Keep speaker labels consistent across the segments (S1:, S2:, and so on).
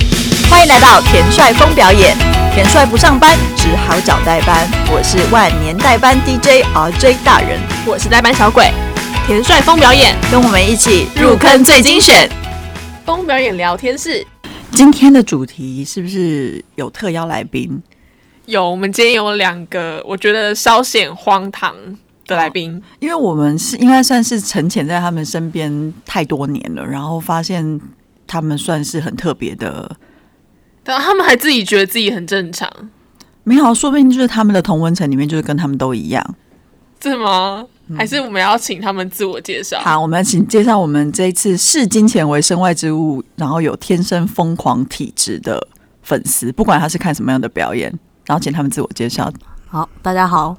S1: 迎来到田帅峰表演。田帅不上班，只好找代班。我是万年代班 DJ RJ 大人，
S2: 我是代班小鬼。田帅峰表演，
S1: 跟我们一起
S2: 入坑最精选。峰表演聊天室
S1: 今天的主题是不是有特邀来宾？
S2: 有，我们今天有两个我觉得稍显荒唐的来宾，
S1: 因为我们是应该算是沉潜在他们身边太多年了，然后发现他们算是很特别的，
S2: 但啊他们还自己觉得自己很正常，
S1: 没有，说不定就是他们的同温层里面就是跟他们都一样。
S2: 是吗？还是我们要请他们自我介绍？
S1: 好，我们请介绍我们这一次视金钱为身外之物，然后有天生疯狂体质的粉丝，不管他是看什么样的表演，然后请他们自我介绍。
S3: 好，大家好，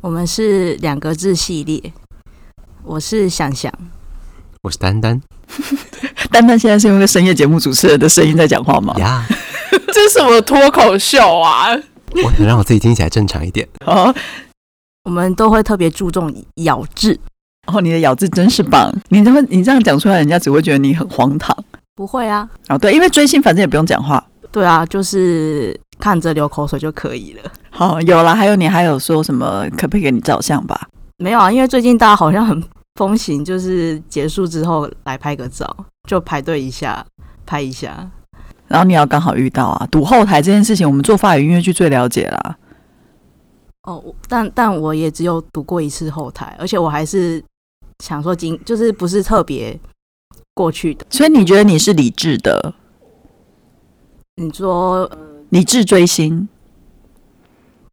S3: 我们是两个字系列，我是想想，
S4: 我是丹丹
S1: 丹丹现在是用一个深夜节目主持人的声音在讲话吗？
S4: 呀
S2: 这是什么脱口秀啊？
S4: 我想让我自己听起来正常一点。
S1: 哦，
S3: 我们都会特别注重咬字，
S1: 哦，你的咬字真是棒！你这么你这样讲出来，人家只会觉得你很荒唐。
S3: 不会啊，
S1: 哦，对，因为追星反正也不用讲话。
S3: 对啊，就是看着流口水就可以了。
S1: 好，有了，还有你还有说什么？可不可以给你照相吧？
S3: 没有啊，因为最近大家好像很风行，就是结束之后来拍个照，就排队一下，拍一下。
S1: 然后你要刚好遇到啊，赌后台这件事情，我们做法语音乐剧最了解啦。
S3: 哦，我但但我也只有读过一次后台，而且我还是想说今就是不是特别过去的。
S1: 所以你觉得你是理智的，
S3: 你说
S1: 理智追星？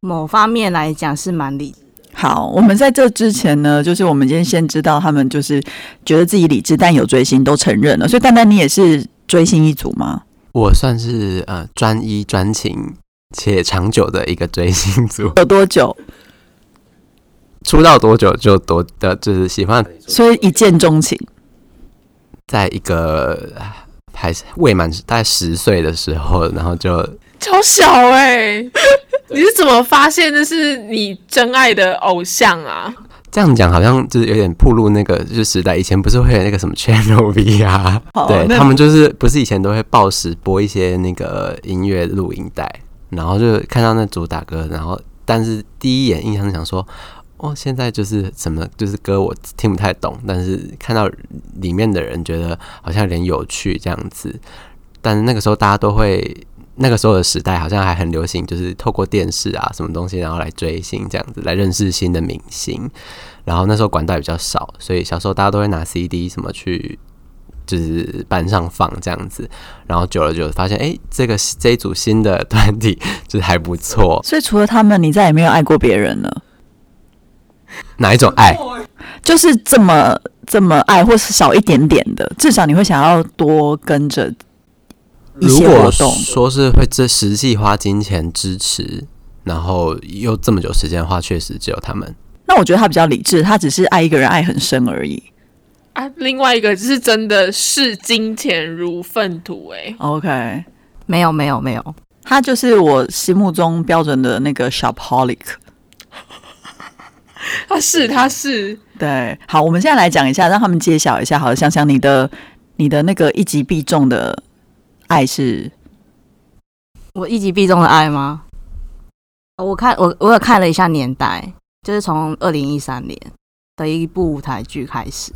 S3: 某方面来讲是蛮理
S1: 好，我们在这之前呢，就是我们今天先知道他们就是觉得自己理智，但有追星都承认了。所以蛋蛋，你也是追星一族吗？
S4: 我算是呃专一、专情且长久的一个追星族。
S1: 有多久？
S4: 出道多久就多的，就是喜欢
S1: 所以一见钟情。
S4: 在一个呃还是未满大概十岁的时候，然后就
S2: 超小 哎、你是怎么发现这是你真爱的偶像啊？
S4: 这样讲，好像就是有点暴露那个就是时代。以前不是会有那个什么 Channel V 啊？
S1: 哦
S4: 对
S1: 那
S4: 他们就是不是以前都会报时播一些那个音乐录音带，然后就看到那主打歌，然后但是第一眼印象想说，哦，现在就是什么就是歌我听不太懂，但是看到里面的人觉得好像有点有趣这样子。但是那个时候大家都会，那个时候的时代好像还很流行，就是透过电视啊什么东西，然后来追星这样子，来认识新的明星。然后那时候管道也比较少，所以小时候大家都会拿 CD 什么去，就是班上放这样子。然后久了久了发现，哎、这个这一组新的团体就是还不错。
S1: 所以除了他们，你再也没有爱过别人了，
S4: 哪一种爱？
S1: 就是这么这么爱，或是少一点点的，至少你会想要多跟着一
S4: 如
S1: 些
S4: 果
S1: 活动。
S4: 说是会这实际花金钱支持，然后又这么久时间的话，确实只有他们。
S1: 那我觉得他比较理智，他只是爱一个人爱很深而已。
S2: 啊，另外一个就是真的视金钱如粪土哎、
S1: OK，
S3: 没有没有没有，
S1: 他就是我心目中标准的那个 shopaholic。
S2: 他啊是他是
S1: 对，好，我们现在来讲一下，让他们揭晓一下。好了，想想你的你的那个一击必中的爱是
S3: 我一击必中的爱吗？我看我我有看了一下年代，就是从二零一三年的一部舞台剧开始，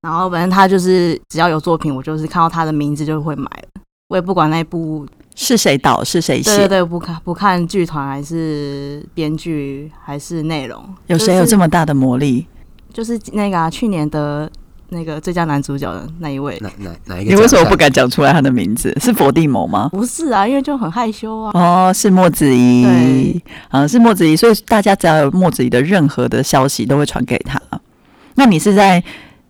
S3: 然后反正他就是只要有作品，我就是看到他的名字就会买了，我也不管那部
S1: 是谁导是谁
S3: 对
S1: 写，
S3: 对对，不看不看剧团还是编剧还是内容，
S1: 有谁有这
S3: 么
S1: 么大的魔力？
S3: 就是那个、啊、去年的那个最佳男主角的那一位，
S4: 哪哪哪一个？
S1: 你为什么不？敢讲出来他的名字？是佛地魔 吗？
S3: 不是啊，因为就很害羞啊，
S1: 哦，是莫子仪
S3: 对，
S1: 啊，是莫子仪，所以大家只要有莫子仪的任何的消息都会传给他。那你是在，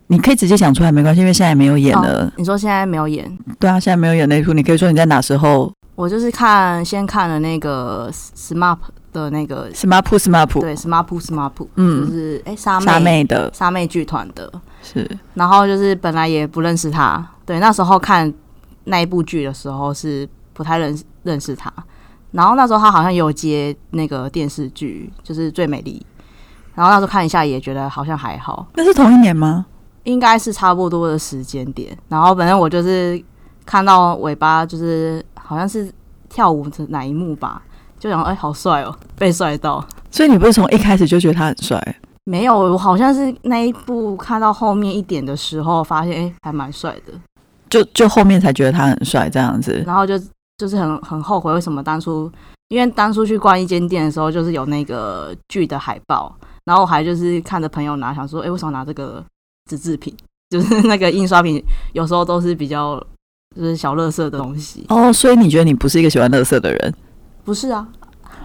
S1: 你可以直接讲出来，没关系，因为现在没有演了。
S3: 哦你说现在没有演，
S1: 对啊，现在没有演那出，你可以说你在哪时候
S3: 我就是看先看了那个 SMAP 的那个
S1: smart p smart p
S3: 对 SMAP SMAP，就
S1: 嗯，
S3: 是哎、沙
S1: 傻
S3: 妹
S1: 妹的
S3: 沙妹剧团的，
S1: 是。
S3: 然后就是本来也不认识他，对，那时候看那一部剧的时候是不太认识认识他，然后那时候他好像有接那个电视剧，就是《最美丽》，然后那时候看一下也觉得好像还好，
S1: 那是同一年吗？
S3: 应该是差不多的时间点，然后反正我就是看到尾巴就是好像是跳舞的哪一幕吧，就想哎、好帅哦，被帅到。
S1: 所以你不是从一开始就觉得他很帅？
S3: 没有，我好像是那一部看到后面一点的时候，发现哎、还蛮帅的，
S1: 就就后面才觉得他很帅这样子，
S3: 然后就就是很很后悔为什么当初，因为当初去逛一间店的时候，就是有那个剧的海报，然后我还就是看着朋友拿，想说哎、为什么拿这个纸制品？ 就是那个印刷品，有时候都是比较就是小乐色的东西。
S1: 哦，所以你觉得你不是一个喜欢乐色的人？
S3: 不是啊，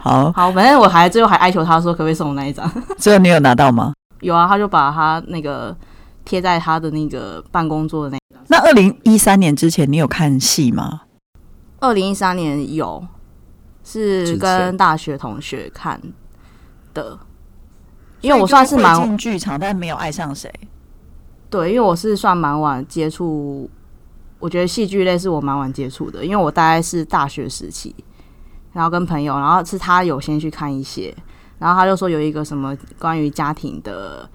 S1: 好，
S3: 好，反正我还最后还哀求他说可不可以送我那一张。
S1: 最后你有拿到吗？
S3: 有啊，他就把他那个贴在他的那个办公桌的那。
S1: 那二零一三年之前你有看戏吗？
S3: 二零一三年有，是
S4: 之
S3: 跟
S4: 前
S3: 大学同学看的，因为我算是蛮
S1: 进剧场，但没有爱上谁。
S3: 对，因为我是算蛮晚接触，我觉得戏剧类是我蛮晚接触的，因为我大概是大学时期，然后跟朋友，然后是他有先去看一些，然后他就说有一个什么关于家庭的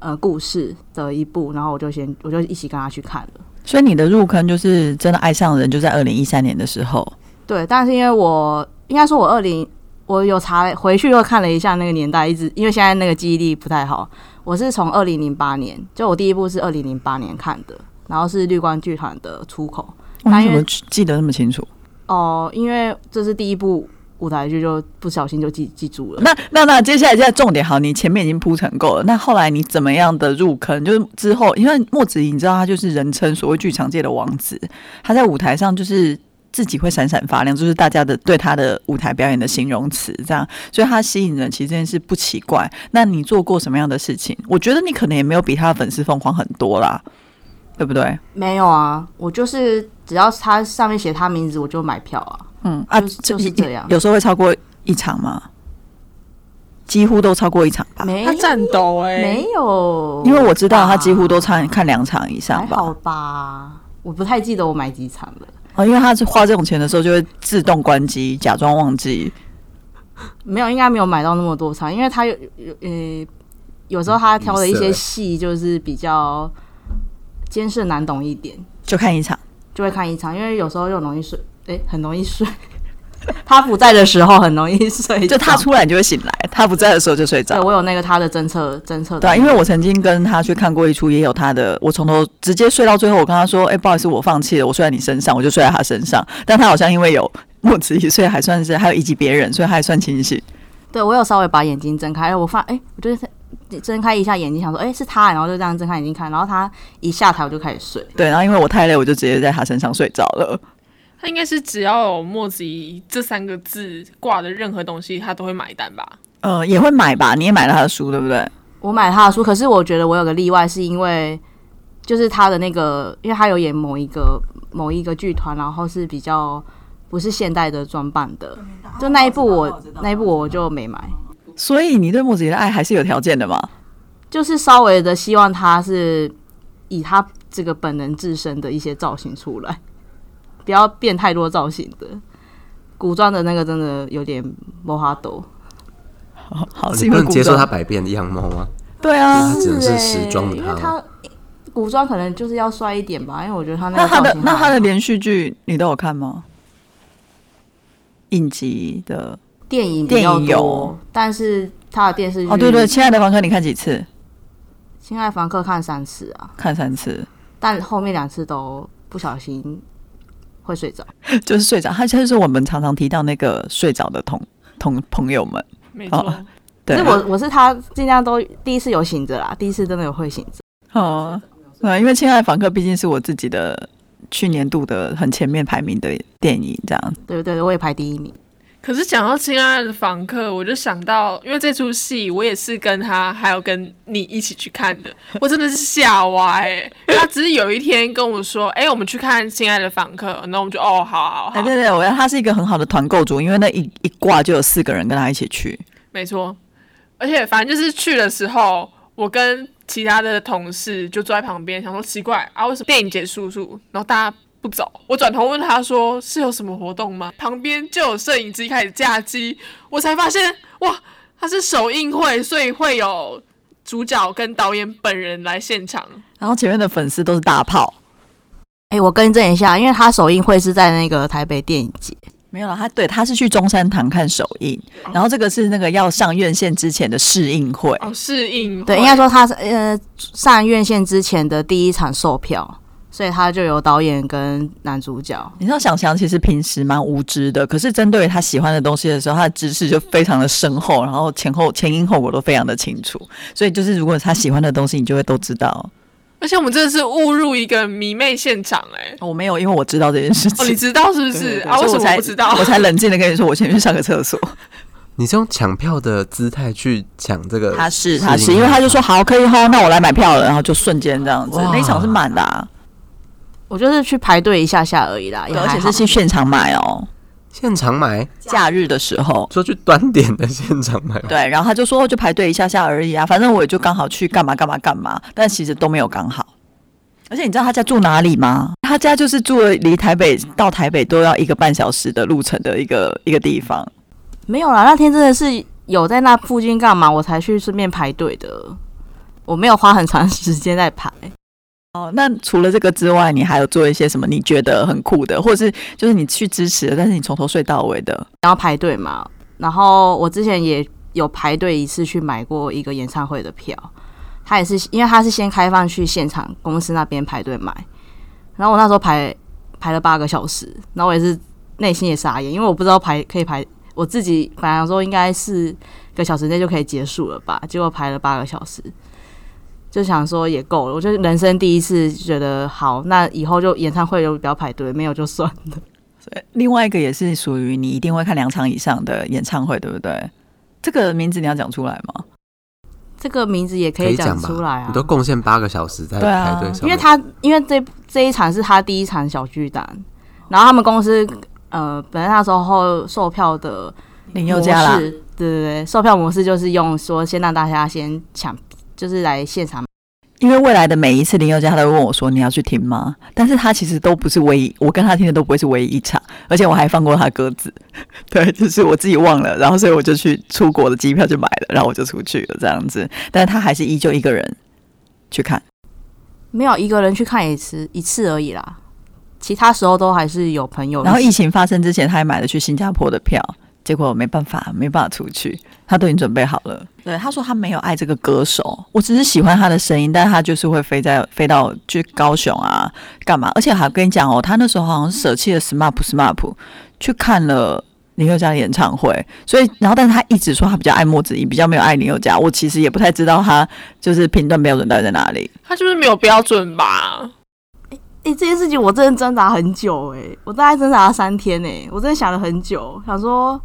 S3: 呃故事的一部，然后我就先我就一起跟他去看了。
S1: 所以你的入坑就是真的爱上人，就在二零一三年的时候。
S3: 对，但是因为我应该说，我二零我有查回去又看了一下那个年代，一直因为现在那个记忆力不太好，我是从二零零八年，就我第一部是二零零八年看的，然后是绿光剧团的出口
S1: 哇
S3: 那
S1: 你
S3: 因
S1: 怎
S3: 为
S1: 么记得那么清楚？
S3: 哦、因为这是第一部舞台剧，就不小心就记记住了。
S1: 那那那接下来现在重点好，你前面已经铺陈够了，那后来你怎么样的入坑？就是之后，因为莫子仪你知道他就是人称所谓剧场界的王子，他在舞台上就是自己会闪闪发亮，就是大家的对他的舞台表演的形容词这样，所以他吸引人其实这件事不奇怪。那你做过什么样的事情？我觉得你可能也没有比他的粉丝疯狂很多啦，对不嗯对？
S3: 没有啊，我就是只要他上面写他名字，我就买票啊。
S1: 嗯啊，
S3: 就是就是这样
S1: 有时候会超过一场吗？几乎都超过一场吧。
S3: 没
S2: 他战斗哎、
S3: 没有，
S1: 因为我知道他几乎都看看两场以
S3: 还
S1: 上吧，
S3: 好吧，我不太记得我买几场了。
S1: 啊，因为他是花这种钱的时候就会自动关机，假装忘记。
S3: 没有，应该没有买到那么多场，因为他有有呃，有时候他挑的一些戏就是比较艰涩难懂一点，
S1: 就 看一场，
S3: 就会看一场，因为有时候又容易睡，诶，很容易睡。 他不在的时候很容易睡着，
S1: 就他出来你就会醒来，他不在的时候就睡
S3: 对
S1: 着。
S3: 我有那个他的侦测侦测的
S1: 对啊、因为我曾经跟他去看过一出，也有他的，我从头直接睡到最后。我跟他说：“哎、不好意思，我放弃了，我睡在你身上，我就睡在他身上。”但他好像因为有墨子怡，所以还算是还有以及别人，所以他还算清醒。
S3: 对我有稍微把眼睛睁开，我发诶，我就是睁开一下眼睛，想说诶，是他，然后就这样睁开眼睛看，然后他一下台我就开始睡。
S1: 对，然后因为我太累，我就直接在他身上睡着了。
S2: 他应该是只要有墨子怡这三个字挂的任何东西，他都会买单吧？
S1: 呃，也会买吧，你也买了他的书，对不对？
S3: 我买他的书，可是我觉得我有个例外，是因为就是他的那个，因为他有演某一个某一个剧团，然后是比较不是现代的装扮的，就嗯那一部我那一部我就没买，
S1: 所以你对墨子怡的爱还是有条件的嘛？
S3: 就是稍微的希望他是以他这个本人自身的一些造型出来， 不要变太多造型的。古装的那个真的有点摩哈斗，
S1: 好，好是
S4: 你
S1: 因
S4: 不
S1: 为
S4: 能
S1: 古
S4: 接受
S1: 装
S4: 他百变的样貌吗？
S1: 对啊，
S4: 他只能是时装的
S3: 因
S4: 他哦
S3: 为
S4: 吗
S3: 他古装可能就是要帅一点吧，因为我觉得他那
S1: 那
S3: 个
S1: 他
S3: 造
S1: 的
S3: 型
S1: 那他
S3: 还
S1: 的连续剧你都有看吗？应急的
S3: 电影比较
S1: 电影有
S3: 多，但是他的电视剧
S1: 哦，对对，亲爱的房客，你看几次？
S3: 亲爱房客》看三次啊，
S1: 看三次，
S3: 但后面两次都不小心会睡着。
S1: 就是睡着。他就是我们常常提到那个睡着的同同朋友们，
S2: 没错，
S1: 哦对
S3: 可是
S1: 啊，
S3: 我我是他尽量都第一次有醒着啦，第一次真的有会醒着。
S1: 哦，对，因为亲爱的房客毕竟是我自己的去年度的很前面排名的电影，这样
S3: 对对对，我也排第一名。
S2: 可是讲到《亲爱的房客》，我就想到，因为这出戏我也是跟他还有跟你一起去看的， 我真的是吓歪、欸。他只是有一天跟我说：“哎、我们去看《亲爱的房客》。”然后我们就哦，好啊好啊
S1: 哎，
S2: 好啊，
S1: 对对，我要他是一个很好的团购主，因为那一一挂就有四个人跟他一起去，
S2: 没错。而且反正就是去的时候，我跟其他的同事就坐在旁边，想说奇怪啊，为什么电影结束束，然后大家不走？我转头问他说：“是有什么活动吗？”旁边就有摄影机开始架机，我才发现哇，它是首映会，所以会有主角跟导演本人来现场。
S1: 然后前面的粉丝都是大炮，
S3: 哎、我更正一下，因为他首映会是在那个台北电影节，
S1: 没有了，他对他是去中山堂看首映，然后这个是那个要上院线之前的试映会，
S2: 哦，适应
S3: 对，应该说他是呃上院线之前的第一场售票，所以他就有导演跟男主角。
S1: 你知道，想想其实平时蛮无知的，可是针对于他喜欢的东西的时候，他的知识就非常的深厚，然后前后前因后果都非常的清楚。所以就是，如果他喜欢的东西，你就会都知道。
S2: 而且我们真的是误入一个迷妹现场哎、
S1: 哦我没有，因为我知道这件事
S2: 哦，
S1: 情。
S2: 你知道是
S1: 对
S2: 不是
S1: 对对
S2: 啊？为
S1: 所以
S2: 什
S1: 我
S2: 么
S1: 才
S2: 我不知道？
S1: 我才冷静的跟你说，我先去上个厕所。
S4: 你是用抢票的姿态去抢这个？
S1: 他是
S4: 呃是
S1: 他是，因为他就说好可以哈，那我来买票了，然后就瞬间这样子，
S4: 哇
S1: 那一场是满的、啊，
S3: 我就是去排队一下下而已啦，也
S1: 对而
S3: 还
S1: 且
S3: 好
S1: 是去现场买哦，
S4: 现场买，
S1: 假日的时候。
S4: 说去端点的现场买。，
S1: 对，然后他就说哦就排队一下下而已啊，反正我也就刚好去干嘛干嘛干嘛，但其实都没有刚好。而且你知道他家住哪里吗？他家就是住了离台北到台北都要一个半小时的路程的一个一个地方。
S3: 没有啦，那天真的是有在那附近干嘛，我才去顺便排队的。我没有花很长时间在排，
S1: 哦，那除了这个之外，你还有做一些什么你觉得很酷的，或者是就是你去支持的，但是你从头睡到尾的？
S3: 然后排队嘛。然后我之前也有排队一次去买过一个演唱会的票，他也是因为他是先开放去现场公司那边排队买，然后我那时候排排了八个小时，然后我也是内心也傻眼，因为我不知道排可以排，我自己本来想说应该是个小时内就可以结束了吧，结果排了八个小时。就想说也够了，我就是人生第一次觉得好，那以后就演唱会就不要排队，没有就算了。
S1: 另外一个也是属于你一定会看两场以上的演唱会，对不对？这个名字你要讲出来吗？
S3: 这个名字也可
S4: 可以
S3: 以
S4: 讲
S3: 讲
S4: 吧
S3: 出来啊
S4: 你，都贡献八个小时在
S1: 对啊
S4: 排队上
S3: 因
S4: 面，
S3: 为他因为这这一场是他第一场小巨蛋，然后他们公司呃本来那时候售票的
S1: 林宥
S3: 模
S1: 嘉啦，
S3: 式，对对对，售票模式就是用说先让大家先抢，就是来现场。
S1: 因为未来的每一次林宥嘉，他都会问我说：“你要去听吗？”但是他其实都不是唯一，我跟他听的都不会是唯一一场，而且我还放过他鸽子。 对，就是我自己忘了，然后所以我就去出国的机票就买了，然后我就出去了这样子。但是他还是依旧一个人去看。
S3: 没有一个人去看一次一次而已啦，其他时候都还是有朋友一起。
S1: 然后疫情发生之前，他还买了去新加坡的票，结果没办法，没办法出去。他都已经准备好了。对，他说他没有爱这个歌手，我只是喜欢他的声音，但他就是会飞在飞到去高雄啊，干嘛？而且还跟你讲哦，他那时候好像舍弃了 SMAP SMAP 去看了。林宥嘉的演唱会，所以然后，但是他一直说他比较爱莫子仪，比较没有爱林宥嘉。我其实也不太知道他就是评断标准到底在哪里。
S2: 他就是没有标准吧？
S3: 哎、这件事情我真的挣扎很久哎、我大概挣扎了三天哎、我真的想了很久，想说，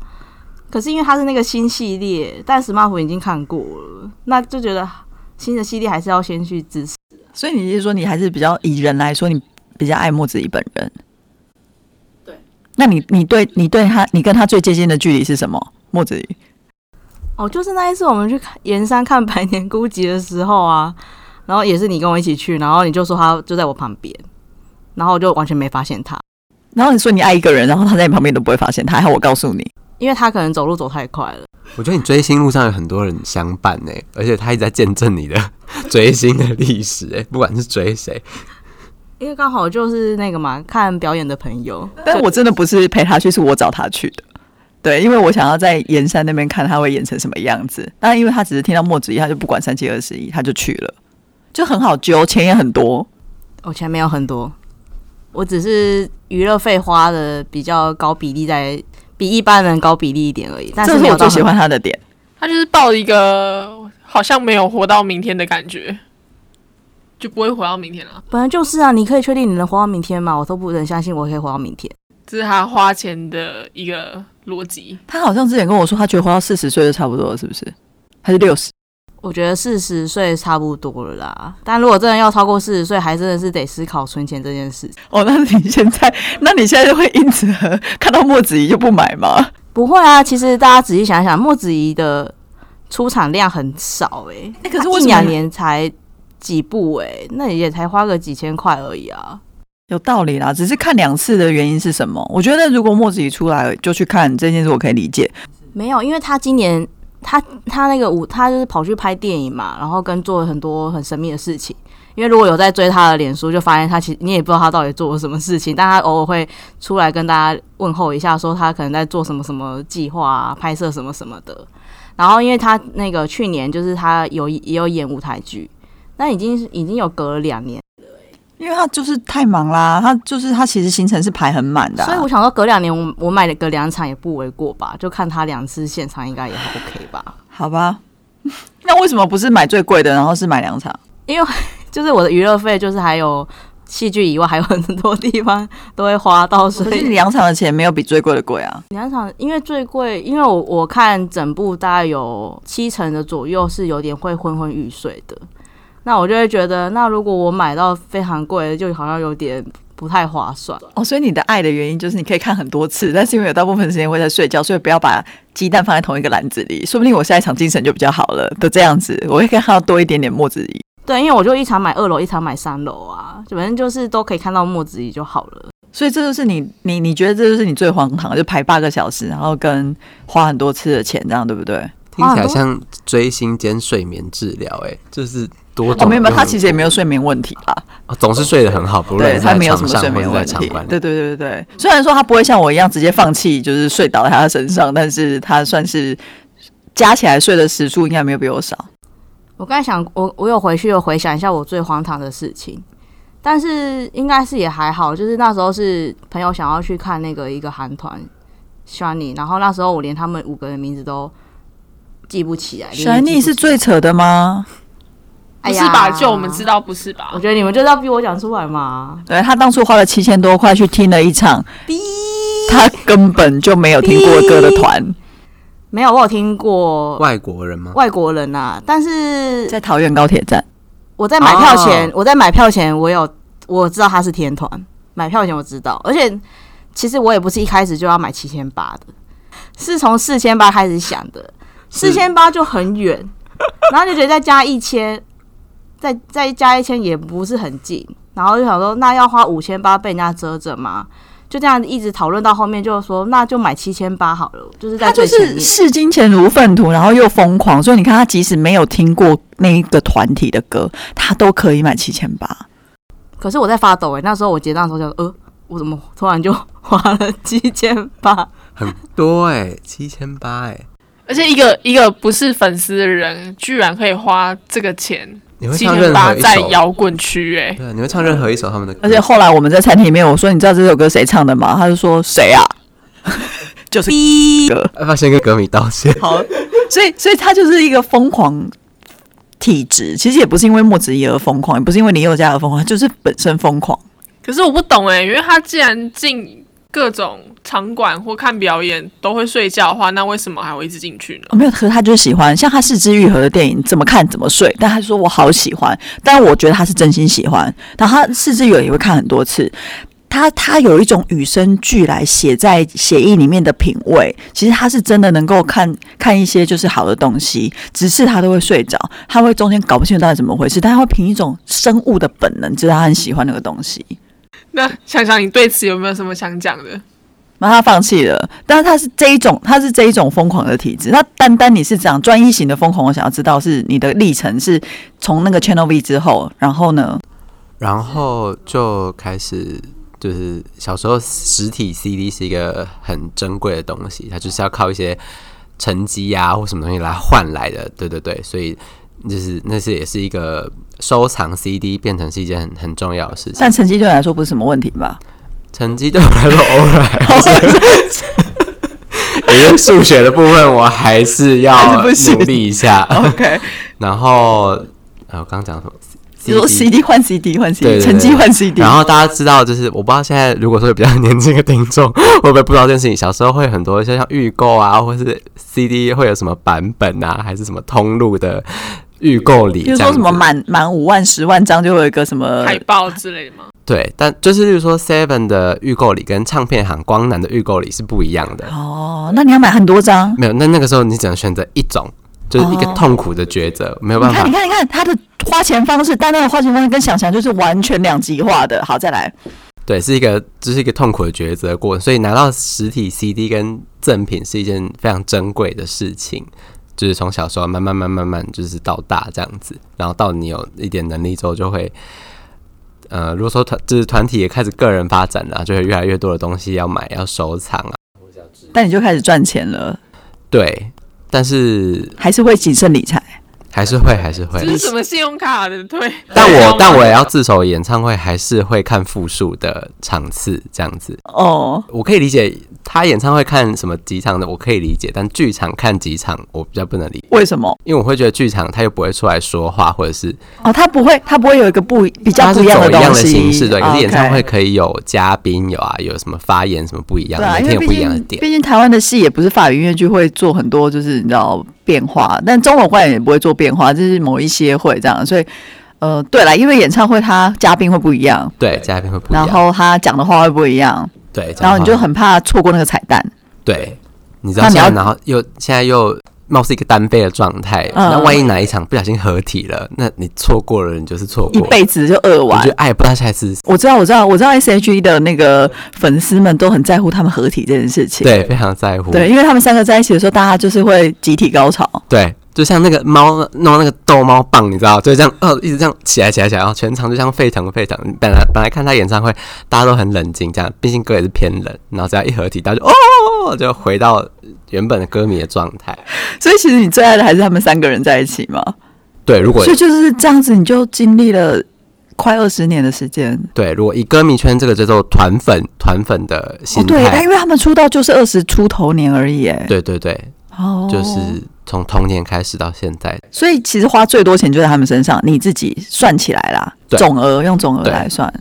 S3: 可是因为它是那个新系列，但 SMAP 已经看过了，那就觉得新的系列还是要先去支持。
S1: 所以你是说你还是比较以人来说，你比较爱莫子仪本人？
S3: 对。
S1: 那你你对你对他，你跟他最接近的距离是什么？莫子仪
S3: 哦，就是那一次我们去看盐山看《百年孤寂》的时候啊，然后也是你跟我一起去，然后你就说他就在我旁边，然后我就完全没发现他，
S1: 然后你说你爱一个人，然后他在你旁边都不会发现他，还好我告诉你，
S3: 因为他可能走路走太快了。
S4: 我觉得你追星路上有很多人相伴呢，而且他一直在见证你的 追星的历史哎，不管是追谁，
S3: 因为刚好就是那个嘛，看表演的朋友，
S1: 但我真的不是陪他去，是我找他去的。对，因为我想要在盐山那边看他会演成什么样子。但因为他只是听到莫子仪，他就不管三七二十一，他就去了， 就很好揪，钱也很多。
S3: 我钱没有很多，我只是娱乐费花的比较高比例在，比一般人高比例一点而已。但
S1: 这
S3: 是
S1: 是
S3: 没有
S1: 我
S3: 到
S1: 最
S3: 很
S1: 喜欢他的点。
S2: 他就是抱一个好像没有活到明天的感觉，就不会活到明天了。
S3: 本来就是啊，你可以确定你能活到明天吗？我都不能相信我可以活到明天。
S2: 这是他花钱的一个逻辑。
S1: 他好像之前跟我说，他觉得活到四十岁就差不多了，是不是？还是六十？
S3: 我觉得四十岁差不多了啦，但如果真的要超过四十岁，还真的是得思考存钱这件事。
S1: 哦，那你现在，那你现在会因此而看到墨子怡就不买吗？
S3: 不会啊，其实大家仔细想一想，莫子仪的出场量很少诶、欸，
S1: 欸可是
S3: 她
S1: 为什
S3: 一
S1: 么
S3: 两年才几部诶、那也才花个几千块而已啊。
S1: 有道理啦，只是看两次的原因是什么？我觉得如果墨子怡出来了就去看这件事，我可以理解。
S3: 没有，因为他今年他他那个舞，他就是跑去拍电影嘛，然后跟做很多很神秘的事情，因为如果有在追他的脸书，就发现他其实你也不知道他到底做了什么事情，但他偶尔会出来跟大家问候一下，说他可能在做什么什么计划啊，拍摄什么什么的。然后因为他那个去年就是他有也有演舞台剧，那已经已经有隔了两年，
S1: 因为他就是太忙啦，他就是他其实行程是排很满的啊、
S3: 所以我想说隔两年我我买了隔两场也不为过吧，就看他两次现场应该也还 OK 吧。
S1: 好吧。 那为什么不是买最贵的，然后是买两场？
S3: 就是我的娱乐费，就是还有戏剧以外，还有很多地方都会花到，哦所
S1: 可是
S3: 以
S1: 两场的钱没有比最贵的贵啊。
S3: 两场因为最贵，因为我我看整部大概有七成的左右是有点会昏昏欲睡的，那我就会觉得，那如果我买到非常贵的，就好像有点不太划算。
S1: 哦，所以你的爱的原因就是你可以看很多次，但是因为有大部分时间会在睡觉，所以不要把鸡蛋放在同一个篮子里。说不定我下一场精神就比较好了，都这样子，我会看到多一点点墨子怡。
S3: 对，因为我就一场买二楼，一场买三楼啊，反正就是都可以看到墨子怡就好了。
S1: 所以这就是你，你你觉得这就是你最荒唐，就排八个小时，然后跟花很多次的钱，这样对不对？
S4: 听起
S3: 很
S4: 来
S3: 多
S4: 像追星兼睡眠治疗，哎，就是多
S1: 哦，
S4: 种。
S1: 没有没有，他其实也没有睡眠问题啦，
S4: 哦总是睡得很好，不论
S1: 对
S4: 是
S1: 他
S4: 在
S1: 没有什
S4: 床
S1: 么
S4: 上
S1: 睡
S4: 或
S1: 眠
S4: 者在
S1: 问题
S4: 场馆。。
S1: 对对对对对，虽然说他不会像我一样直接放弃，就是睡倒在他身上，但是他算是加起来睡的时数应该没有比我少。
S3: 我刚才想，我我有回去有回想一下我最荒唐的事情，但是应该是也还好，就是那时候是朋友想要去看那个一个韩团 Shiny，然后那时候我连他们五个人名字都记不起来。
S1: s h i
S3: 连
S1: n
S3: 名
S1: y
S3: 字
S1: 是
S3: 记不起来
S1: 最扯的吗？
S3: 哎
S2: 不是
S3: 呀
S2: 吧？就我们知道不是吧
S3: 我？觉得你们就是要逼我讲出来嘛。
S1: 对他当初花了七千多块去听了一场，他根本就没有听过歌的团，
S3: 没有，我有听过
S4: 外国人吗？
S3: 外国人呐、但是
S1: 在桃园高铁站。
S3: 我在买票前，
S4: 哦
S3: 我在买票前，我有我知道他是天团，买票前我知道，而且其实我也不是一开始就要买七千八的，是从四千八开始想的，四千八就很远，然后就觉得再加一千，再再加一千也不是很近，然后就想说那要花五千八被人家遮着吗？就这样一直讨论到后面，就说那就买七千八好了，就是在
S1: 他就
S3: 最前
S1: 是
S3: 面。
S1: 视金钱如粪土，然后又疯狂，所以你看他即使没有听过那一个团体的歌，他都可以买七千八。
S3: 可是我在发抖哎、那时候我结账的时候就呃，我怎么突然就花了七千八？
S4: 很多哎，七千八哎，
S2: 而且一个一个不是粉丝的人，居然可以花这个钱
S4: 你会
S2: 七
S4: 唱
S2: 千
S4: 任
S2: 八
S4: 何一
S2: 在
S4: 首？
S2: 摇滚区哎，
S4: 对，啊你会唱任何一首他们的歌。
S1: 而且后来我们在餐厅里面，我说你知道这首歌谁唱的吗？他就说谁 啊？就是歌。
S4: 要不要先跟歌迷道歉？
S1: 好，所以所以他就是一个疯狂体质，其实也不是因为莫子怡而疯狂，也不是因为林宥嘉而疯狂，他就是本身疯狂。
S2: 可是我不懂哎、因为他既然进各种场馆或看表演都会睡觉的话，那为什么还会一直进去呢？
S1: 哦没有，可是他就是喜欢，像他四肢愈合的电影，怎么看怎么睡。但他说我好喜欢，但我觉得他是真心喜欢。然后他四肢愈合也会看很多次。他他有一种与生俱来写在写意里面的品味，其实他是真的能够看看一些就是好的东西，只是他都会睡着，他会中间搞不清楚到底怎么回事，但他会凭一种生物的本能知道他很喜欢那个东西。
S2: 那想想你对此有没有什么想讲的？
S1: 那他放弃了，但是他是这一种，他是这一种疯狂的体质。那单单你是这样专一型的疯狂，我想要知道是你的历程是从那个 Channel V 之后，然后呢？
S4: 然后就开始就是小时候实体 CD 是一个很珍贵的东西，它就是要靠一些成绩啊或什么东西来换来的，对对对，所以就是那是也是一个收藏 CD 变成是一件很很重要的事情。
S1: 但成绩对你来说不是什么问题吧？
S4: 成绩对我来说偶尔还是，因为数学的部分我 还是要
S1: 还是不行
S4: 努力一下。OK，然后呃，我刚刚讲什么？
S1: 你说 CD 换 CD 换 CD，
S4: 对对对
S1: 成绩换 CD，
S4: 然后大家知道，就是我不知道现在如果说有比较年轻的听众会不会不知道这件事情。小时候会很多一些像预购啊，或是 CD 会有什么版本啊，还是什么通路的预购礼，
S1: 比如
S4: 这
S1: 说
S4: 样
S1: 什么
S4: 子
S1: 满满五万、十万张就会有一个什么
S2: 海报之类的吗？
S4: 对，但就是例如说 Seven 的预购礼跟唱片行光南的预购礼是不一样的。
S1: 哦，那你要买很多张。
S4: 没有，那那个时候你只能选择一种，就是一个
S1: 哦
S4: 痛苦的抉择，没有
S1: 你
S4: 办法
S1: 看，你。看，你看，他的花钱方式，单单的花钱方式跟想象就是完全两极化的。好，再来，
S4: 对，是一个这、是一个痛苦的抉择过程，所以拿到实体 CD 跟赠品是一件非常珍贵的事情。就是从小时候慢慢慢慢慢，就是到大这样子，然后到你有一点能力之后，就会，呃，如果说团就是团体也开始个人发展了、就会越来越多的东西要买，要收藏啊，
S1: 但你就开始赚钱了，
S4: 对，但是
S1: 还是会谨慎理财。
S4: 还是会还是会
S2: 这，是什么信用卡的？对，
S4: 但我但我也要自首，演唱会还是会看复数的场次这样子，
S1: 哦，
S4: 我可以理解他演唱会看什么几场的，我可以理解，但剧场看几场我比较不能理解，
S1: 为什么？
S4: 因为我会觉得剧场他又不会出来说话，或者是
S1: 哦，他不会，他不会有一个不比较
S4: 他
S1: 不
S4: 是
S1: 样
S4: 走一样
S1: 东
S4: 的
S1: 西。啊
S4: 形式，对。可是
S1: OK
S4: 演唱会可以有嘉宾，有啊，有什么发言什么不一样
S1: 对啊，
S4: 的，
S1: 因
S4: 每
S1: 为毕
S4: 天有不一样的
S1: 竟
S4: 点。
S1: 毕竟台湾的戏也不是法语音乐剧会做很多，就是你知道变化，但中文会也不会做变化，就是某一些会这样，所以。呃，对了，因为演唱会他嘉宾会不一样，
S4: 对，嘉宾会不一
S1: 然
S4: 样。
S1: 后他讲的话会不一样，
S4: 对，
S1: 然后你就
S4: 讲话
S1: 很怕错过那个彩蛋。
S4: 对，你知道
S1: 那
S4: 现
S1: 你要
S4: 在，然后又现在又貌似一个单飞的状态，
S1: 嗯
S4: 那万一哪一场不小心合体了，那你错过了，你就是错
S1: 一
S4: 过。
S1: 辈子就饿
S4: 我
S1: 完
S4: 觉。得哎，不知道下一次，
S1: 我知道，我知道，我知道 S H E 的那个粉丝们都很在乎他们合体这件事情。
S4: 对，非常在乎。
S1: 对，因为他们三个在一起的时候，大家就是会集体高潮。
S4: 对，就像那个猫弄那个逗猫棒，你知道，就这样哦，一直这样起来起来起来，然后全场就像沸腾沸腾。本来本来看他演唱会，大家都很冷静，这样，毕竟歌也是偏冷，然后只要一合体，大家就哦，就回到原本的歌迷的状态。
S1: 所以其实你最爱的还是他们三个人在一起嘛。
S4: 对，如果
S1: 所以就是这样子，你就经历了快二十年的时间。
S4: 对，如果以歌迷圈这个叫做团粉团粉的
S1: 哦
S4: 心，
S1: 对，但
S4: 态，
S1: 因为他们出道就是二十出头年而已，哎，
S4: 对对对，
S1: 哦，
S4: 就是从童年开始到现在，
S1: 所以其实花最多钱就在他们身上，你自己算起来啦，
S4: 对
S1: 总额用总额
S4: 对
S1: 来算。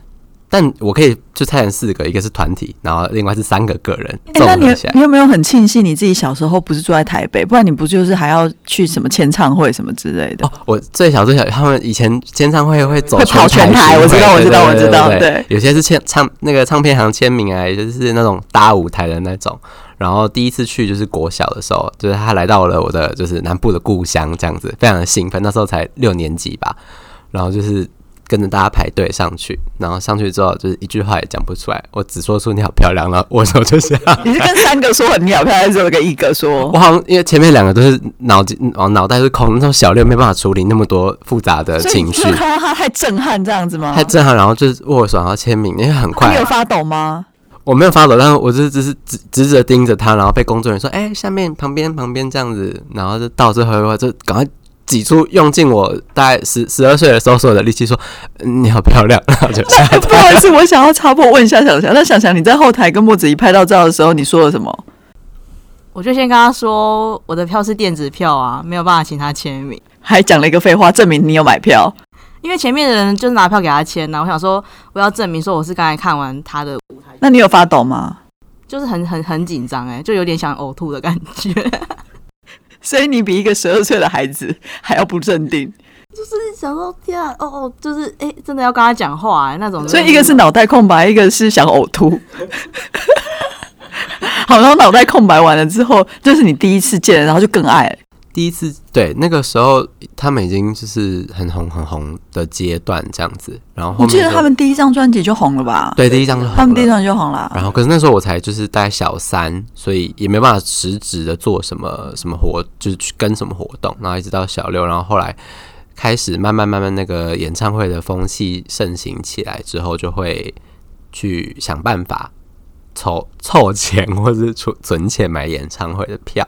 S4: 但我可以就拆成四个，一个是团体，然后另外是三个个人，
S1: 哎、
S4: 综
S1: 那
S4: 合
S1: 你
S4: 起来。
S1: 你有没有很庆幸你自己小时候不是住在台北，不然你不就是还要去什么签唱会什么之类的？
S4: 哦，我最小最小，他们以前签唱会会走
S1: 会跑全台
S4: 巡回
S1: 我知道
S4: 对
S1: 我知道
S4: 对对
S1: 我知道
S4: 对
S1: 对
S4: 有些是签唱那个唱片行签名啊，也就是那种搭舞台的那种。然后第一次去就是国小的时候，就是他来到了我的就是南部的故乡，这样子非常的兴奋。那时候才六年级吧，然后就是跟着大家排队上去，然后上去之后就是一句话也讲不出来，我只说出你好漂亮，然后我手就 下
S1: 你是跟三个说很妙，还是只有跟一个说
S4: 我？好像因为前面两个都是脑筋，哦，脑袋是空，那种小六没办法处理那么多复杂的
S1: 所以
S4: 情
S1: 你
S4: 绪
S1: 是，看到他太震撼这样子吗？
S4: 太震撼，然后就是握手，然后签名，因为很
S1: 啊你
S4: 快
S1: 有，发抖吗？
S4: 我没有发抖，但是我就是只是直直直的盯着他，然后被工作人员说，哎、下面旁边旁边这样子，然后就到最后就赶快挤出用尽我大概十十二岁的时候所有的力气说，嗯你好漂亮， 然后就吓到
S1: 不好意思，我想要插播问一下想想，那想想你在后台跟莫子怡拍到照的时候，你说了什么？
S3: 我就先跟他说我的票是电子票啊，没有办法请他签名，
S1: 还讲了一个废话，证明你有买票。
S3: 因为前面的人就是拿票给他签呐、我想说我要证明说我是刚才看完他的，
S1: 那你有发抖吗？
S3: 就是很很很紧张哎，就有点想呕吐的感觉，
S1: 所以你比一个十二岁的孩子还要不镇定。
S3: 就是想说天啊，哦哦，就是哎、真的要跟他讲话、欸、那
S4: 嗯
S3: 种，
S1: 所以一个是脑袋空白，一个是想呕吐。 好，然后脑袋空白完了之后，这是你第一次见，然后就更爱了。
S4: 第一次对那个时候他们已经就是很红很红的阶段这样子，然后后
S1: 我
S4: 面
S1: 记得
S4: 就
S1: 他们第一张专辑就红了吧？，
S4: 对第一张就红
S1: 他们第一
S4: 了啊
S1: 张就红了。
S4: 然后，可是那时候我才就是大概小三，所以也没办法实质的做什么什么活，就是去跟什么活动。然后一直到小六，然后后来开始慢慢慢慢那个演唱会的风气盛行起来之后，就会去想办法凑凑钱，或者是存存钱买演唱会的票。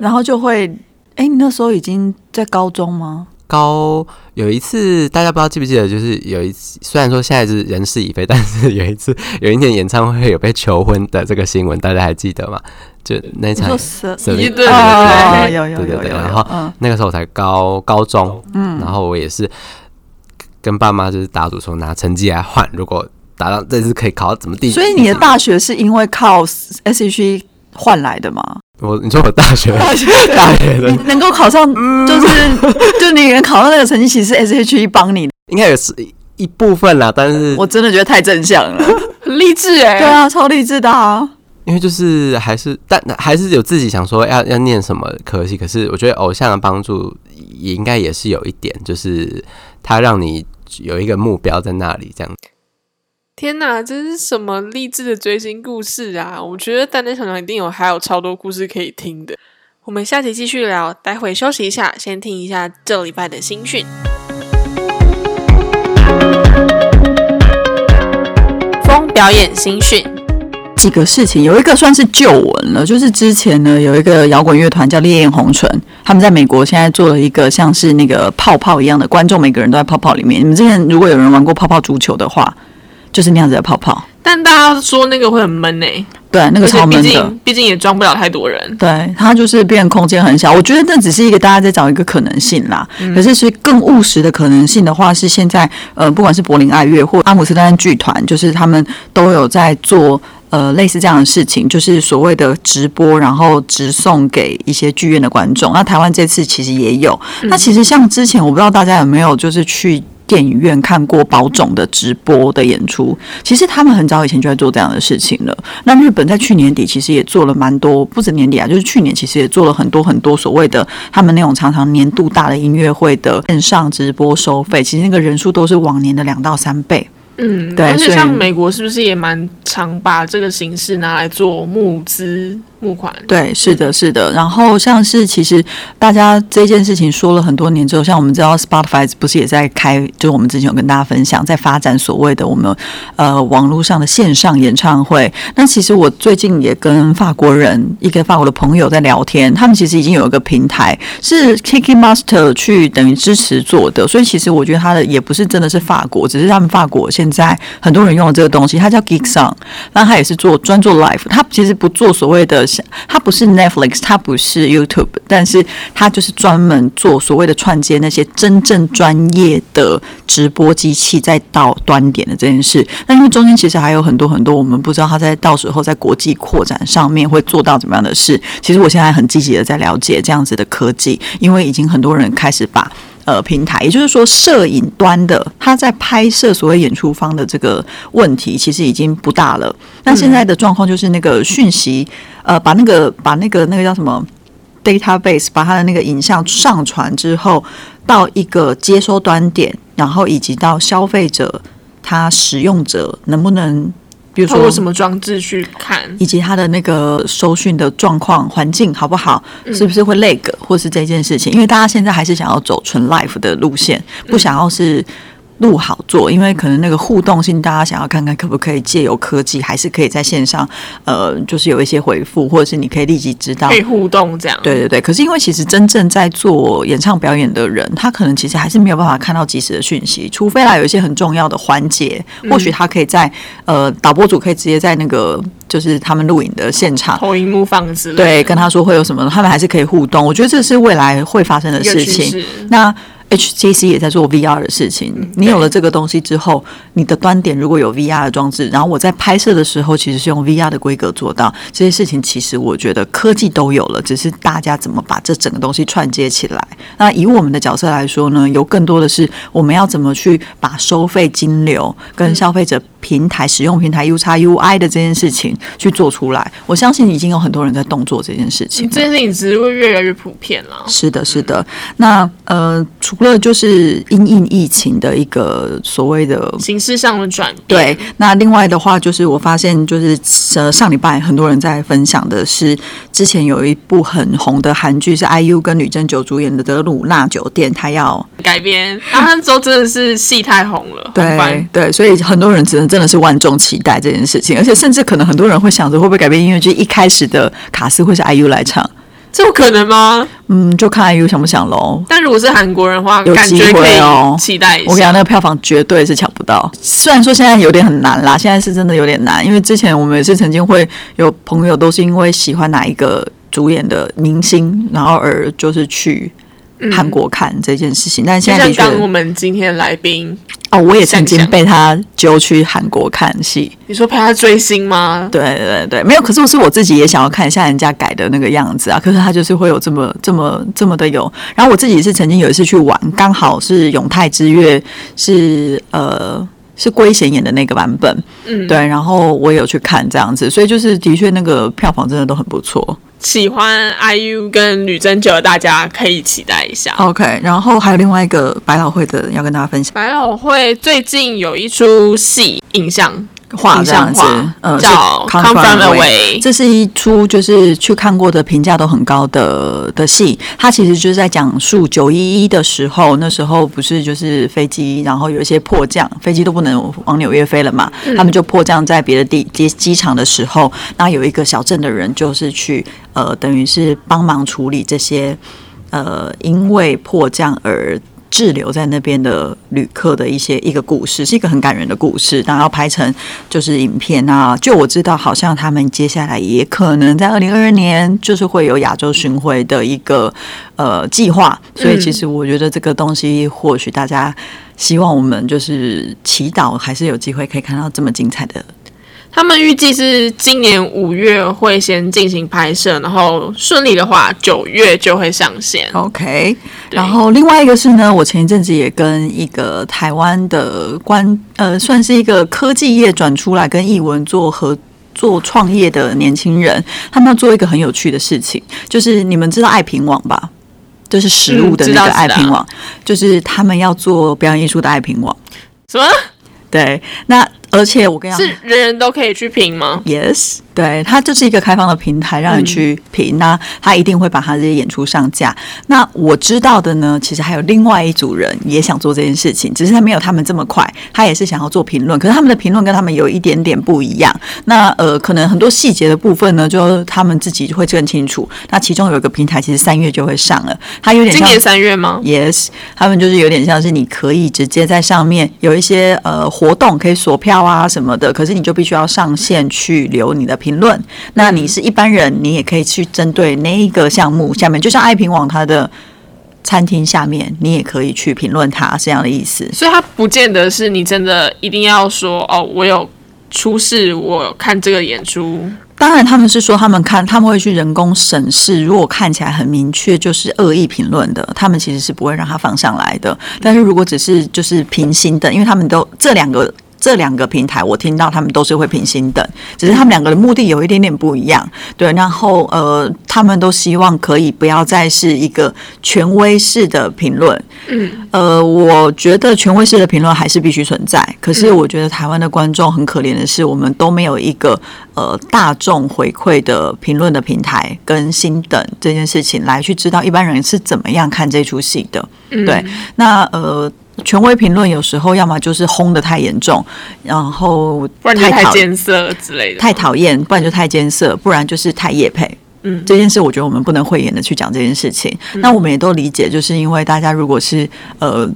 S1: 然后就会，哎，你那时候已经在高中吗？
S4: 高有一次，大家不知道记不记得，就是有一次，虽然说现在是人事已非，但是有一次有一年演唱会有被求婚的这个新闻，大家还记得吗？就那一
S1: 你
S4: 场
S1: 说十
S4: 所
S2: 一
S4: 以
S2: 对
S1: 哦，有有
S4: 对对
S1: 有有
S4: 对，
S1: 有，
S4: 然后
S1: 嗯
S4: 那个时候我才高高中，
S1: 嗯，
S4: 然后我也是跟爸妈就是打赌说拿成绩来换，如果达到这次可以考到怎么地，
S1: 所以你的大学是因为靠 SHE 换来的吗？
S4: 我你说我大学
S1: 大学
S4: 大学的
S1: 你能够考上，
S2: 嗯
S1: 就是就你能考上那个成绩，其实是 SHE 帮你的。
S4: 应该也是一一部分啦，但是
S1: 我真的觉得太正向 了，
S2: 很励志哎、
S1: 对啊，超励志的啊！
S4: 因为就是还是但还是有自己想说要要念什么科系，可是我觉得偶像的帮助也应该也是有一点，就是他让你有一个目标在那里这样。
S2: 天哪，这是什么励志的追星故事啊！我觉得蛋蛋想想一定有还有超多故事可以听的。我们下集继续聊，待会休息一下，先听一下这礼拜的新讯。风表演新讯，
S1: 几个事情，有一个算是旧闻了，就是之前呢有一个摇滚乐团叫烈焰红唇，他们在美国现在做了一个像是那个泡泡一样的，观众每个人都在泡泡里面。你们之前如果有人玩过泡泡足球的话，就是那样子的泡泡，
S2: 但大家说那个会很闷呢、
S1: 对，啊那
S2: 而
S1: 个
S2: 且
S1: 超
S2: 毕
S1: 闷的
S2: 竟。毕竟也装不了太多人。
S1: 对，它就是变空间很小。我觉得那只是一个大家在找一个可能性啦。可是，其实更务实的可能性的话，是现在呃，不管是柏林爱乐或阿姆斯特丹剧团，就是他们都有在做。呃，类似这样的事情，就是所谓的直播，然后直送给一些剧院的观众。那台湾这次其实也有。那其实像之前，我不知道大家有没有就是去电影院看过宝冢的直播的演出。其实他们很早以前就在做这样的事情了。那日本在去年底其实也做了蛮多，不止年底啊，就是去年其实也做了很多很多所谓的他们那种常常年度大的音乐会的线上直播收费，其实那个人数都是往年的两到三倍。
S2: 嗯，
S1: 对
S2: 而且
S1: 所以
S2: 像美国是不是也蛮常把这个形式拿来做募资募款？
S1: 对，是的，是的。然后像是其实大家这件事情说了很多年之后，像我们知道 Spotify 不是也在开，就是我们之前有跟大家分享，在发展所谓的我们呃网络上的线上演唱会。那其实我最近也跟法国人一个法国的朋友在聊天，他们其实已经有一个平台是 Kiki Master 去等于支持做的，所以其实我觉得它的也不是真的是法国，只是他们法国现在很多人用的这个东西，它叫 Geek Song。那他也是做专做 live，他其实不做所谓的像，他不是 Netflix，他不是 YouTube，但是他就是专门做所谓的串接那些真正专业的直播机器再到端点的这件事。那因为中间其实还有很多很多我们不知道他在到时候在国际扩展上面会做到怎么样的事。其实我现在很积极的在了解这样子的科技，因为已经很多人开始把呃平台，也就是说摄影端的，他在拍摄所谓演出方的这个问题，其实已经不大了。
S2: 嗯
S1: 那现在的状况就是那个讯息，呃，把那个把那个那个叫什么 database，把它的那个影像上传之后，到一个接收端点，然后以及到消费者他使用者能不能，比如
S2: 透过
S1: 说
S2: 什么装置去看？
S1: 以及它的那个收讯的状况、环境好不好，
S2: 嗯
S1: 是不是会 lag，或是这件事情？因为大家现在还是想要走纯 live 的路线，
S2: 嗯
S1: 不想要是录好做，因为可能那个互动性，大家想要看看可不可以借由科技，还是可以在线上，呃，就是有一些回复，或者是你可以立即知道
S2: 可以互动这样？
S1: 啊对对对，可是因为其实真正在做演唱表演的人，他可能其实还是没有办法看到及时的讯息，除非啦有一些很重要的环节，或许他可以在呃导播组可以直接在那个就是他们录影的现场。
S2: 投影幕放之类的。
S1: 对，跟他说会有什么，他们还是可以互动。我觉得这是未来会发生的
S2: 一个
S1: 事
S2: 趋
S1: 情。
S2: 势
S1: 那 HTC 也在做 VR 的事情。你有了这个东西之后，你的端点如果有 VR 的装置，然后我在拍摄的时候其实是用 VR 的规格做到这些事情，其实我觉得科技都有了，只是大家怎么把这整个东西串接起来。那以我们的角色来说呢，有更多的是我们要怎么去把收费金流跟消费者平台、使用平台 U 叉 UI 的这件事情去做出来。我相信已经有很多人在动作这件事情
S2: 你
S1: 了。
S2: 嗯这件事情只是会越来越普遍啦。
S1: 是的，是的。那呃，除了就是因应疫情的一个所谓的。
S2: 形式上的转变。
S1: 对，那另外的话就是，我发现就是呃上礼拜很多人在分享的是，之前有一部很红的韩剧是 IU 跟吕珍九主演的《德鲁纳酒店》，它要
S2: 改编，然后那时候真的是戏太红了，很
S1: 对
S2: 烦
S1: 对，所以很多人只能真的是万众期待这件事情，而且甚至可能很多人会想着会不会改编音乐剧一开始的卡斯会是 IU 来唱，
S2: 这有可能吗？
S1: 嗯，就看 IU 想不想喽。
S2: 但如果是韩国人的话，
S1: 有
S2: 感
S1: 机
S2: 觉可
S1: 会哦
S2: 以期待一
S1: 我跟你
S2: 下。
S1: 讲，那个票房绝对是抢不到。虽然说现在有点很难啦，现在是真的有点难，因为之前我们也是曾经会有朋友都是因为喜欢哪一个主演的明星，然后而就是去韩国看这件事情。但
S2: 嗯就
S1: 现在
S2: 像
S1: 的确，
S2: 刚我们今天的来宾，
S1: 哦，我也曾经
S2: 想
S1: 被他揪去韩国看戏。
S2: 你说陪他追星吗？
S1: 对对对，没有。可是我是我自己也想要看一下人家改的那个样子啊。可是他就是会有这么这么这么的有。然后我自己是曾经有一次去玩，刚好是永泰之月是呃。是圭贤演的那个版本，
S2: 嗯，
S1: 对，然后我也有去看这样子，所以就是的确那个票房真的都很不错。
S2: 喜欢 IU 跟吕珍九的大家可以期待一下。
S1: OK，然后还有另外一个百老汇的要跟大家分享，
S2: 百老汇最近有一出戏《影像》，
S1: 画这样子
S5: 影像，
S1: 嗯，
S5: 叫《
S1: 是
S5: Come From Away》。
S1: 这是一出就是去看过的评价都很高的的戏，它其实就是在讲述九一一的时候，那时候不是就是飞机，然后有一些迫降，飞机都不能往纽约飞了嘛，他们就迫降在别的地机机场的时候，那有一个小镇的人就是去呃，等于是帮忙处理这些呃，因为迫降而滞留在那边的旅客的一些一个故事，是一个很感人的故事。然后拍成就是影片啊，就我知道，好像他们接下来也可能在二零二二年就是会有亚洲巡回的一个呃计划。所以其实我觉得这个东西，或许大家希望我们就是祈祷，还是有机会可以看到这么精彩的。
S5: 他们预计是今年五月会先进行拍摄，然后顺利的话，九月就会上线。
S1: OK，
S5: 对
S1: 然后另外一个是呢，我前一阵子也跟一个台湾的关呃，算是一个科技业转出来跟艺文做合做创业的年轻人，他们要做一个很有趣的事情，就是你们知道爱品网吧？就是食物的
S5: 嗯知
S1: 那
S5: 道
S1: 个爱
S5: 知道
S1: 品网，就是他们要做表演艺术的爱品网。
S5: 什么？
S1: 对，那而且我跟你讲，
S5: 是人人都可以去评吗？
S1: Yes，对，它就是一个开放的平台，让你去评。那他一定会把他这些演出上架。那我知道的呢，其实还有另外一组人也想做这件事情，只是他没有他们这么快，他也是想要做评论，可是他们的评论跟他们有一点点不一样。那呃，可能很多细节的部分呢，就他们自己会更清楚。那其中有一个平台，其实三月就会上了，它有点
S5: 今
S1: 像
S5: 年三月吗？
S1: Yes，他们就是有点像是你可以直接在上面有一些呃活动可以锁票啊什么的，可是你就必须要上线去留你的评论。那你是一般人，你也可以去针对那一个项目下面，就像爱评网它的餐厅下面，你也可以去评论它，是这样的意思。
S5: 所以它不见得是你真的一定要说哦，我有出事，我有看这个演出，
S1: 当然，他们是说他们看他们会去人工审视，如果看起来很明确就是恶意评论的，他们其实是不会让它放上来的。但是如果只是就是平心等，因为他们都这两个这两个平台，我听到他们都是会平心等，只是他们两个的目的有一点点不一样。对，然后呃，他们都希望可以不要再是一个权威式的评论。嗯，呃，我觉得权威式的评论还是必须存在，可是我觉得台湾的观众很可怜的是，我们都没有一个。呃大众回馈的评论的平台跟新等这件事情来去知道一般人是怎么样看这出戏的。
S5: 嗯
S1: 对，那呃。权威评论有时候要么就是轰的太严重，然后
S5: 不然就太
S1: 讨
S5: 艰涩之类的。
S1: 太讨厌，不然就太艰涩，不然就是太夜配。嗯，这件事我觉得我们不能讳言的去讲这件事情。那我们也都理解，就是因为大家如果是呃。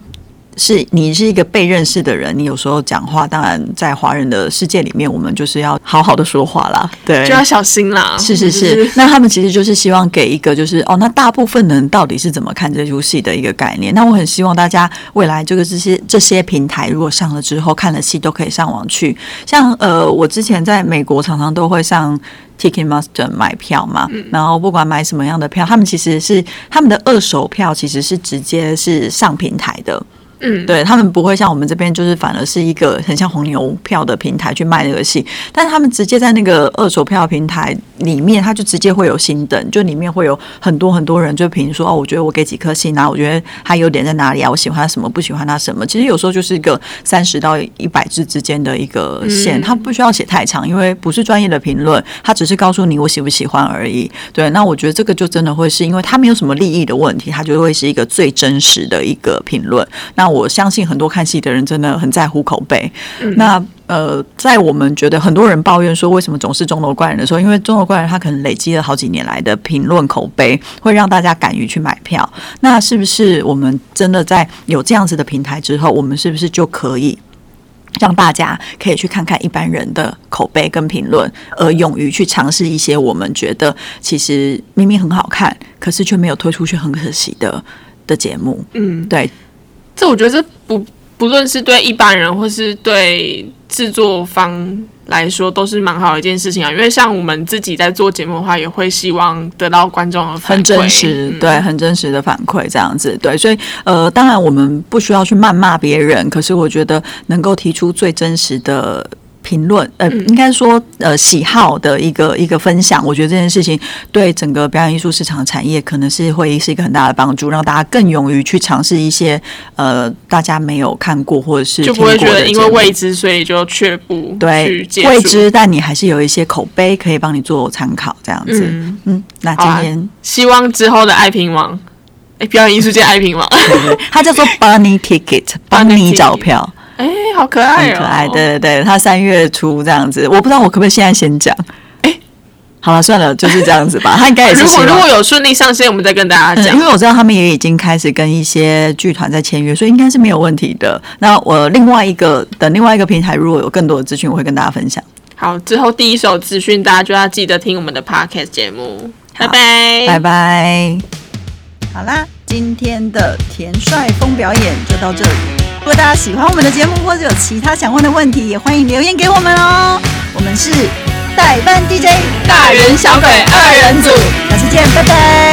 S1: 是你是一个被认识的人，你有时候讲话，当然在华人的世界里面，我们就是要好好的说话啦。对，
S5: 就要小心啦。
S1: 是是是，那他们其实就是希望给一个就是哦，那大部分人到底是怎么看这出戏的一个概念。那我很希望大家未来这个这些这些平台如果上了之后，看了戏都可以上网去。像呃，我之前在美国常常都会上 Ticketmaster 买票嘛，然后不管买什么样的票，他们其实是他们的二手票其实是直接是上平台的。
S5: 嗯，
S1: 对他们不会像我们这边，就是反而是一个很像黄牛票的平台去卖那个戏，但是他们直接在那个二手票平台里面，它就直接会有星等，就里面会有很多很多人就评说哦，我觉得我给几颗星啊，我觉得他优点在哪里啊，我喜欢他什么，不喜欢他什么。其实有时候就是一个三十到一百字之间的一个线，它不需要写太长，因为不是专业的评论，它只是告诉你我喜不喜欢而已。对，那我觉得这个就真的会是因为它没有什么利益的问题，它就会是一个最真实的一个评论。那我相信很多看戏的人真的很在乎口碑。那呃，在我们觉得很多人抱怨说为什么总是钟楼怪人的时候，因为钟楼怪人他可能累积了好几年来的评论口碑，会让大家敢于去买票。那是不是我们真的在有这样子的平台之后，我们是不是就可以？让大家可以去看看一般人的口碑跟评论，而勇于去尝试一些我们觉得其实明明很好看，可是却没有推出去很可惜的的节目。
S5: 嗯，
S1: 对，
S5: 这我觉得这不不论是对一般人或是对制作方来说，都是蛮好的一件事情啊。因为像我们自己在做节目的话，也会希望得到观众的反馈嗯
S1: 很真实，
S2: 嗯
S1: 对，很真实的反馈这样子，对，所以呃，当然我们不需要去谩骂别人，可是我觉得能够提出最真实的。评论，呃，
S2: 嗯
S1: 应该说呃喜好的一个一个分享。我觉得这件事情对整个表演艺术市场产业可能是会是一个很大的帮助，让大家更勇于去尝试一些呃大家没有看过或者是
S2: 就不会
S1: 听
S2: 觉
S1: 过的
S2: 得因
S1: 节
S2: 为
S1: 目
S2: 未知，所以就却步去
S1: 对
S2: 接触。
S1: 未知，但你还是有一些口碑可以帮你做参考，这样子。嗯
S2: 嗯，
S1: 那
S2: 好啊
S1: 今天、
S2: 希望之后的爱评网，哎，表演艺术界爱评网，
S1: 它叫做 Bunny Ticket，帮
S2: Bunny
S1: 你找
S2: Ticket
S1: 票。
S2: 哎，好可爱
S1: 很
S2: 哦，
S1: 可爱，对对对，他三月初这样子，我不知道我可不可以现在先讲。好了，算了，就是这样子吧。他 应该也是
S2: 如
S1: 希
S2: 果
S1: 望
S2: 哎如果有顺利上线，我们再跟大家
S1: 嗯，
S2: 讲
S1: 因。为我知道他们也已经开始跟一些剧团在签约，所以应该是没有问题的。那我另外一个等另外一个平台，如果有更多的资讯，我会跟大家分享。
S2: 好，之后第一手资讯大家就要记得听我们的 podcast 节目，
S1: 好
S2: 拜拜，
S1: 拜拜。好啦，今天的田帅风表演就到这里。如果大家喜欢我们的节目，或者有其他想问的问题，也欢迎留言给我们哦。我们是代班 DJ
S2: 大人小鬼二人组。
S1: 下次见，拜拜。